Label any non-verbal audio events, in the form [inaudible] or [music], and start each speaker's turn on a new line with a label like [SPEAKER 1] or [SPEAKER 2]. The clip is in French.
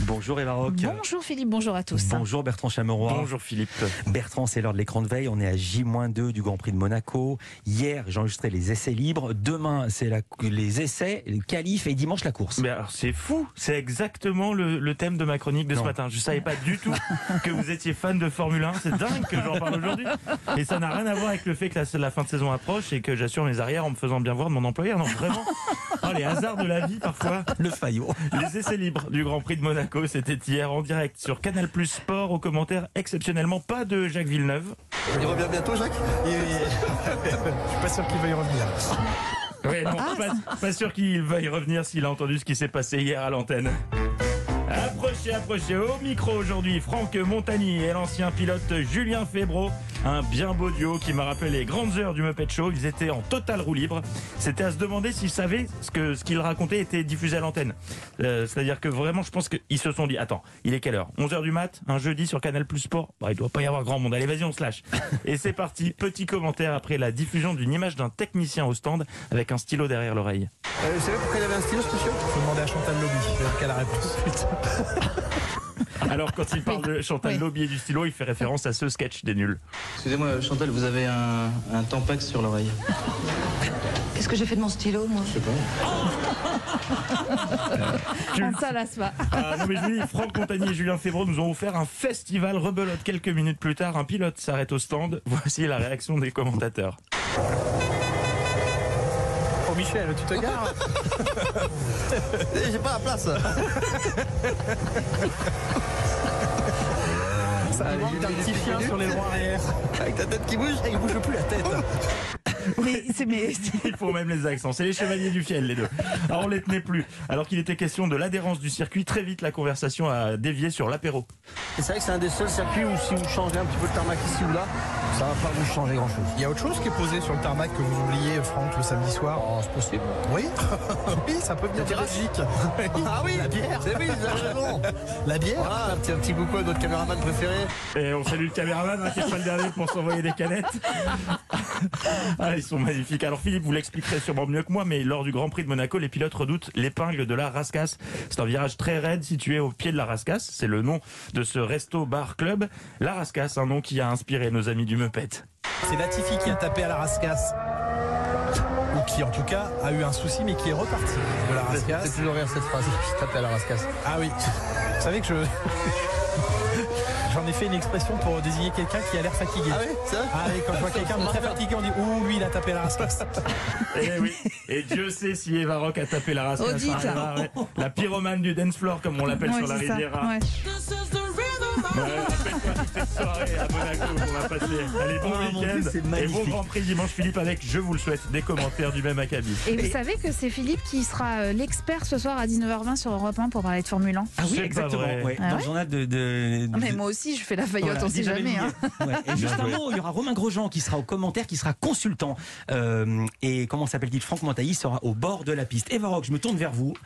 [SPEAKER 1] Bonjour Eva Rock.
[SPEAKER 2] Bonjour Philippe, bonjour à tous.
[SPEAKER 1] Bonjour Bertrand Chameroy.
[SPEAKER 3] Bonjour Philippe.
[SPEAKER 1] Bertrand, c'est l'heure de l'écran de veille. On est à J-2 du Grand Prix de Monaco. Hier, j'ai enregistré les essais libres. Demain, c'est la- les essais, le qualif et dimanche, la course.
[SPEAKER 3] Mais alors c'est fou, c'est exactement le, le thème de ma chronique de
[SPEAKER 1] Non.
[SPEAKER 3] ce matin. Je savais pas du tout que vous étiez fan de Formule 1, c'est dingue que j'en parle aujourd'hui. Et ça n'a rien à voir avec le fait que la, la fin de saison approche et que j'assure mes arrières en me faisant bien voir de mon employeur. Non, vraiment. Oh, les hasards de la vie parfois. [laughs]
[SPEAKER 1] Le faillot.
[SPEAKER 3] Les essais libres du Grand Prix de Monaco, c'était hier en direct sur Canal Plus Sport aux commentaires exceptionnellement pas de Jacques Villeneuve.
[SPEAKER 4] Il revient bientôt, Jacques Il- il-
[SPEAKER 5] Je suis pas sûr qu'il va y revenir.
[SPEAKER 3] Ouais, non, pas, pas sûr qu'il veuille revenir s'il a entendu ce qui s'est passé hier à l'antenne. Approchez, approchez au micro aujourd'hui, Franck Montagny et l'ancien pilote Julien Febro. Un bien beau duo qui m'a rappelé les grandes heures du Muppet Show. Ils étaient en totale roue libre. C'était à se demander s'ils savaient ce que ce qu'ils racontaient était diffusé à l'antenne. Euh, C'est-à-dire que vraiment, je pense qu'ils se sont dit Attends, il est quelle heure 11h du mat, un jeudi sur Canal Plus Sport Bah, Il doit pas y avoir grand monde. Allez, vas-y, on se [laughs] lâche. Et c'est parti. Petit commentaire après la diffusion d'une image d'un technicien au stand avec un stylo derrière l'oreille.
[SPEAKER 4] Euh, Vous savez pourquoi il avait un stylo, ce monsieur
[SPEAKER 5] Faut demander à Chantal Lobby. Je vais voir qu'elle a la réponse.
[SPEAKER 3] Alors, quand il parle [laughs] de Chantal
[SPEAKER 2] Oui.
[SPEAKER 3] Lobby et du stylo, il fait référence à ce sketch des nuls.
[SPEAKER 6] Excusez-moi, Chantal, vous avez un, un tampax sur l'oreille.
[SPEAKER 7] Qu'est-ce que j'ai fait de mon stylo, moi
[SPEAKER 2] On ne s'en lasse pas.
[SPEAKER 3] Ah, non, mais je vous dis, Franck Montagny et Julien Febro nous ont offert un festival rebelote. Quelques minutes plus tard, un pilote s'arrête au stand. Voici la réaction des commentateurs.
[SPEAKER 5] Oh Michel, tu te gares
[SPEAKER 4] Eh, J'ai pas la place
[SPEAKER 5] Ça
[SPEAKER 4] Il
[SPEAKER 5] manque
[SPEAKER 4] y a
[SPEAKER 5] d'un
[SPEAKER 4] des
[SPEAKER 5] petit
[SPEAKER 4] petits
[SPEAKER 5] chien
[SPEAKER 4] cailloux.
[SPEAKER 5] sur les roues [laughs] arrière.
[SPEAKER 4] Avec ta tête qui bouge, eh, il bouge plus la tête
[SPEAKER 2] Mais c'est mais
[SPEAKER 3] [laughs]
[SPEAKER 2] c'est-
[SPEAKER 3] Il faut même les accents. C'est les chevaliers du fiel, les deux. Alors, on les tenait plus. Alors qu'il était question de l'adhérence du circuit, très vite, la conversation a dévié sur l'apéro.
[SPEAKER 4] Et C'est vrai que c'est un des seuls circuits où si vous changez un petit peu le tarmac ici ou là, ça va pas vous changer grand chose.
[SPEAKER 5] Il y a autre chose qui est posée sur le tarmac que vous oubliez, Franck, le samedi soir.
[SPEAKER 4] Oh, c'est possible.
[SPEAKER 5] Oui, [laughs] oui, ça peut venir de Belgique.
[SPEAKER 4] [laughs] Ah oui, la bière C'est oui, vous avez raison
[SPEAKER 5] [laughs] La bière
[SPEAKER 4] Voilà, un petit, un petit coucou à notre caméraman préféré.
[SPEAKER 3] Et on salue le caméraman, hein, qui est pas le dernier pour s'envoyer des
[SPEAKER 2] [laughs]
[SPEAKER 3] canettes. Ah, ils sont magnifiques. Alors Philippe, vous l'expliquerez sûrement mieux que moi, mais lors du Grand Prix de Monaco, les pilotes redoutent l'épingle de la Rascasse. C'est un virage très raide situé au pied de la Rascasse. C'est le nom de ce resto-bar-club. La Rascasse, un nom qui a inspiré nos amis du Meupet.
[SPEAKER 5] C'est Latifi qui a tapé à la rascasse. Ou qui, en tout cas, a eu un souci, mais qui est reparti de la
[SPEAKER 4] C'est
[SPEAKER 5] rascasse.
[SPEAKER 4] toujours rire cette phrase, qui tape à la rascasse.
[SPEAKER 5] Ah oui. Vous savez que je. [laughs] J'en ai fait une expression pour désigner quelqu'un qui a l'air fatigué.
[SPEAKER 4] Ah oui, c'est vrai
[SPEAKER 5] Ah oui, quand
[SPEAKER 4] [laughs]
[SPEAKER 5] je vois quelqu'un de très fatigué, on dit Ouh, lui, il a tapé à la rascasse.
[SPEAKER 3] Eh oui. [laughs] Et Dieu sait si Eva Rock a tapé la Rascasse.
[SPEAKER 2] Oh, dites.
[SPEAKER 3] Ah, ouais. La pyromane du dance floor, comme on l'appelle
[SPEAKER 2] Ouais,
[SPEAKER 3] sur la
[SPEAKER 2] c'est ça.
[SPEAKER 3] Riviera.
[SPEAKER 2] Ouais.
[SPEAKER 3] soirée à Monaco qu'on va passer. Allez, bon
[SPEAKER 1] Ah, mon Dieu, c'est
[SPEAKER 3] week-end et
[SPEAKER 1] magnifique.
[SPEAKER 3] bon Grand Prix dimanche, Philippe, avec, je vous le souhaite, des commentaires du même acabit.
[SPEAKER 2] Et vous savez que c'est Philippe qui sera euh, l'expert ce soir à 19h20 sur Europe 1 pour parler de Formule 1.
[SPEAKER 1] Ah
[SPEAKER 3] C'est pas vrai.
[SPEAKER 1] ouais.
[SPEAKER 2] Ah
[SPEAKER 1] Dans
[SPEAKER 2] ouais
[SPEAKER 1] le journal de. de-
[SPEAKER 2] Ah, Mais
[SPEAKER 1] de-
[SPEAKER 2] moi aussi, je fais la faillotte,
[SPEAKER 1] Voilà,
[SPEAKER 2] on sait
[SPEAKER 1] Isabelle
[SPEAKER 2] jamais. hein.
[SPEAKER 1] Miguel. [laughs] Ouais. Et juste un mot, il y aura Romain Grosjean qui sera au commentaire, qui sera consultant. Euh, et comment s'appelle-t-il Franck Montailly sera au bord de la piste. Eva Rock, je me tourne vers vous.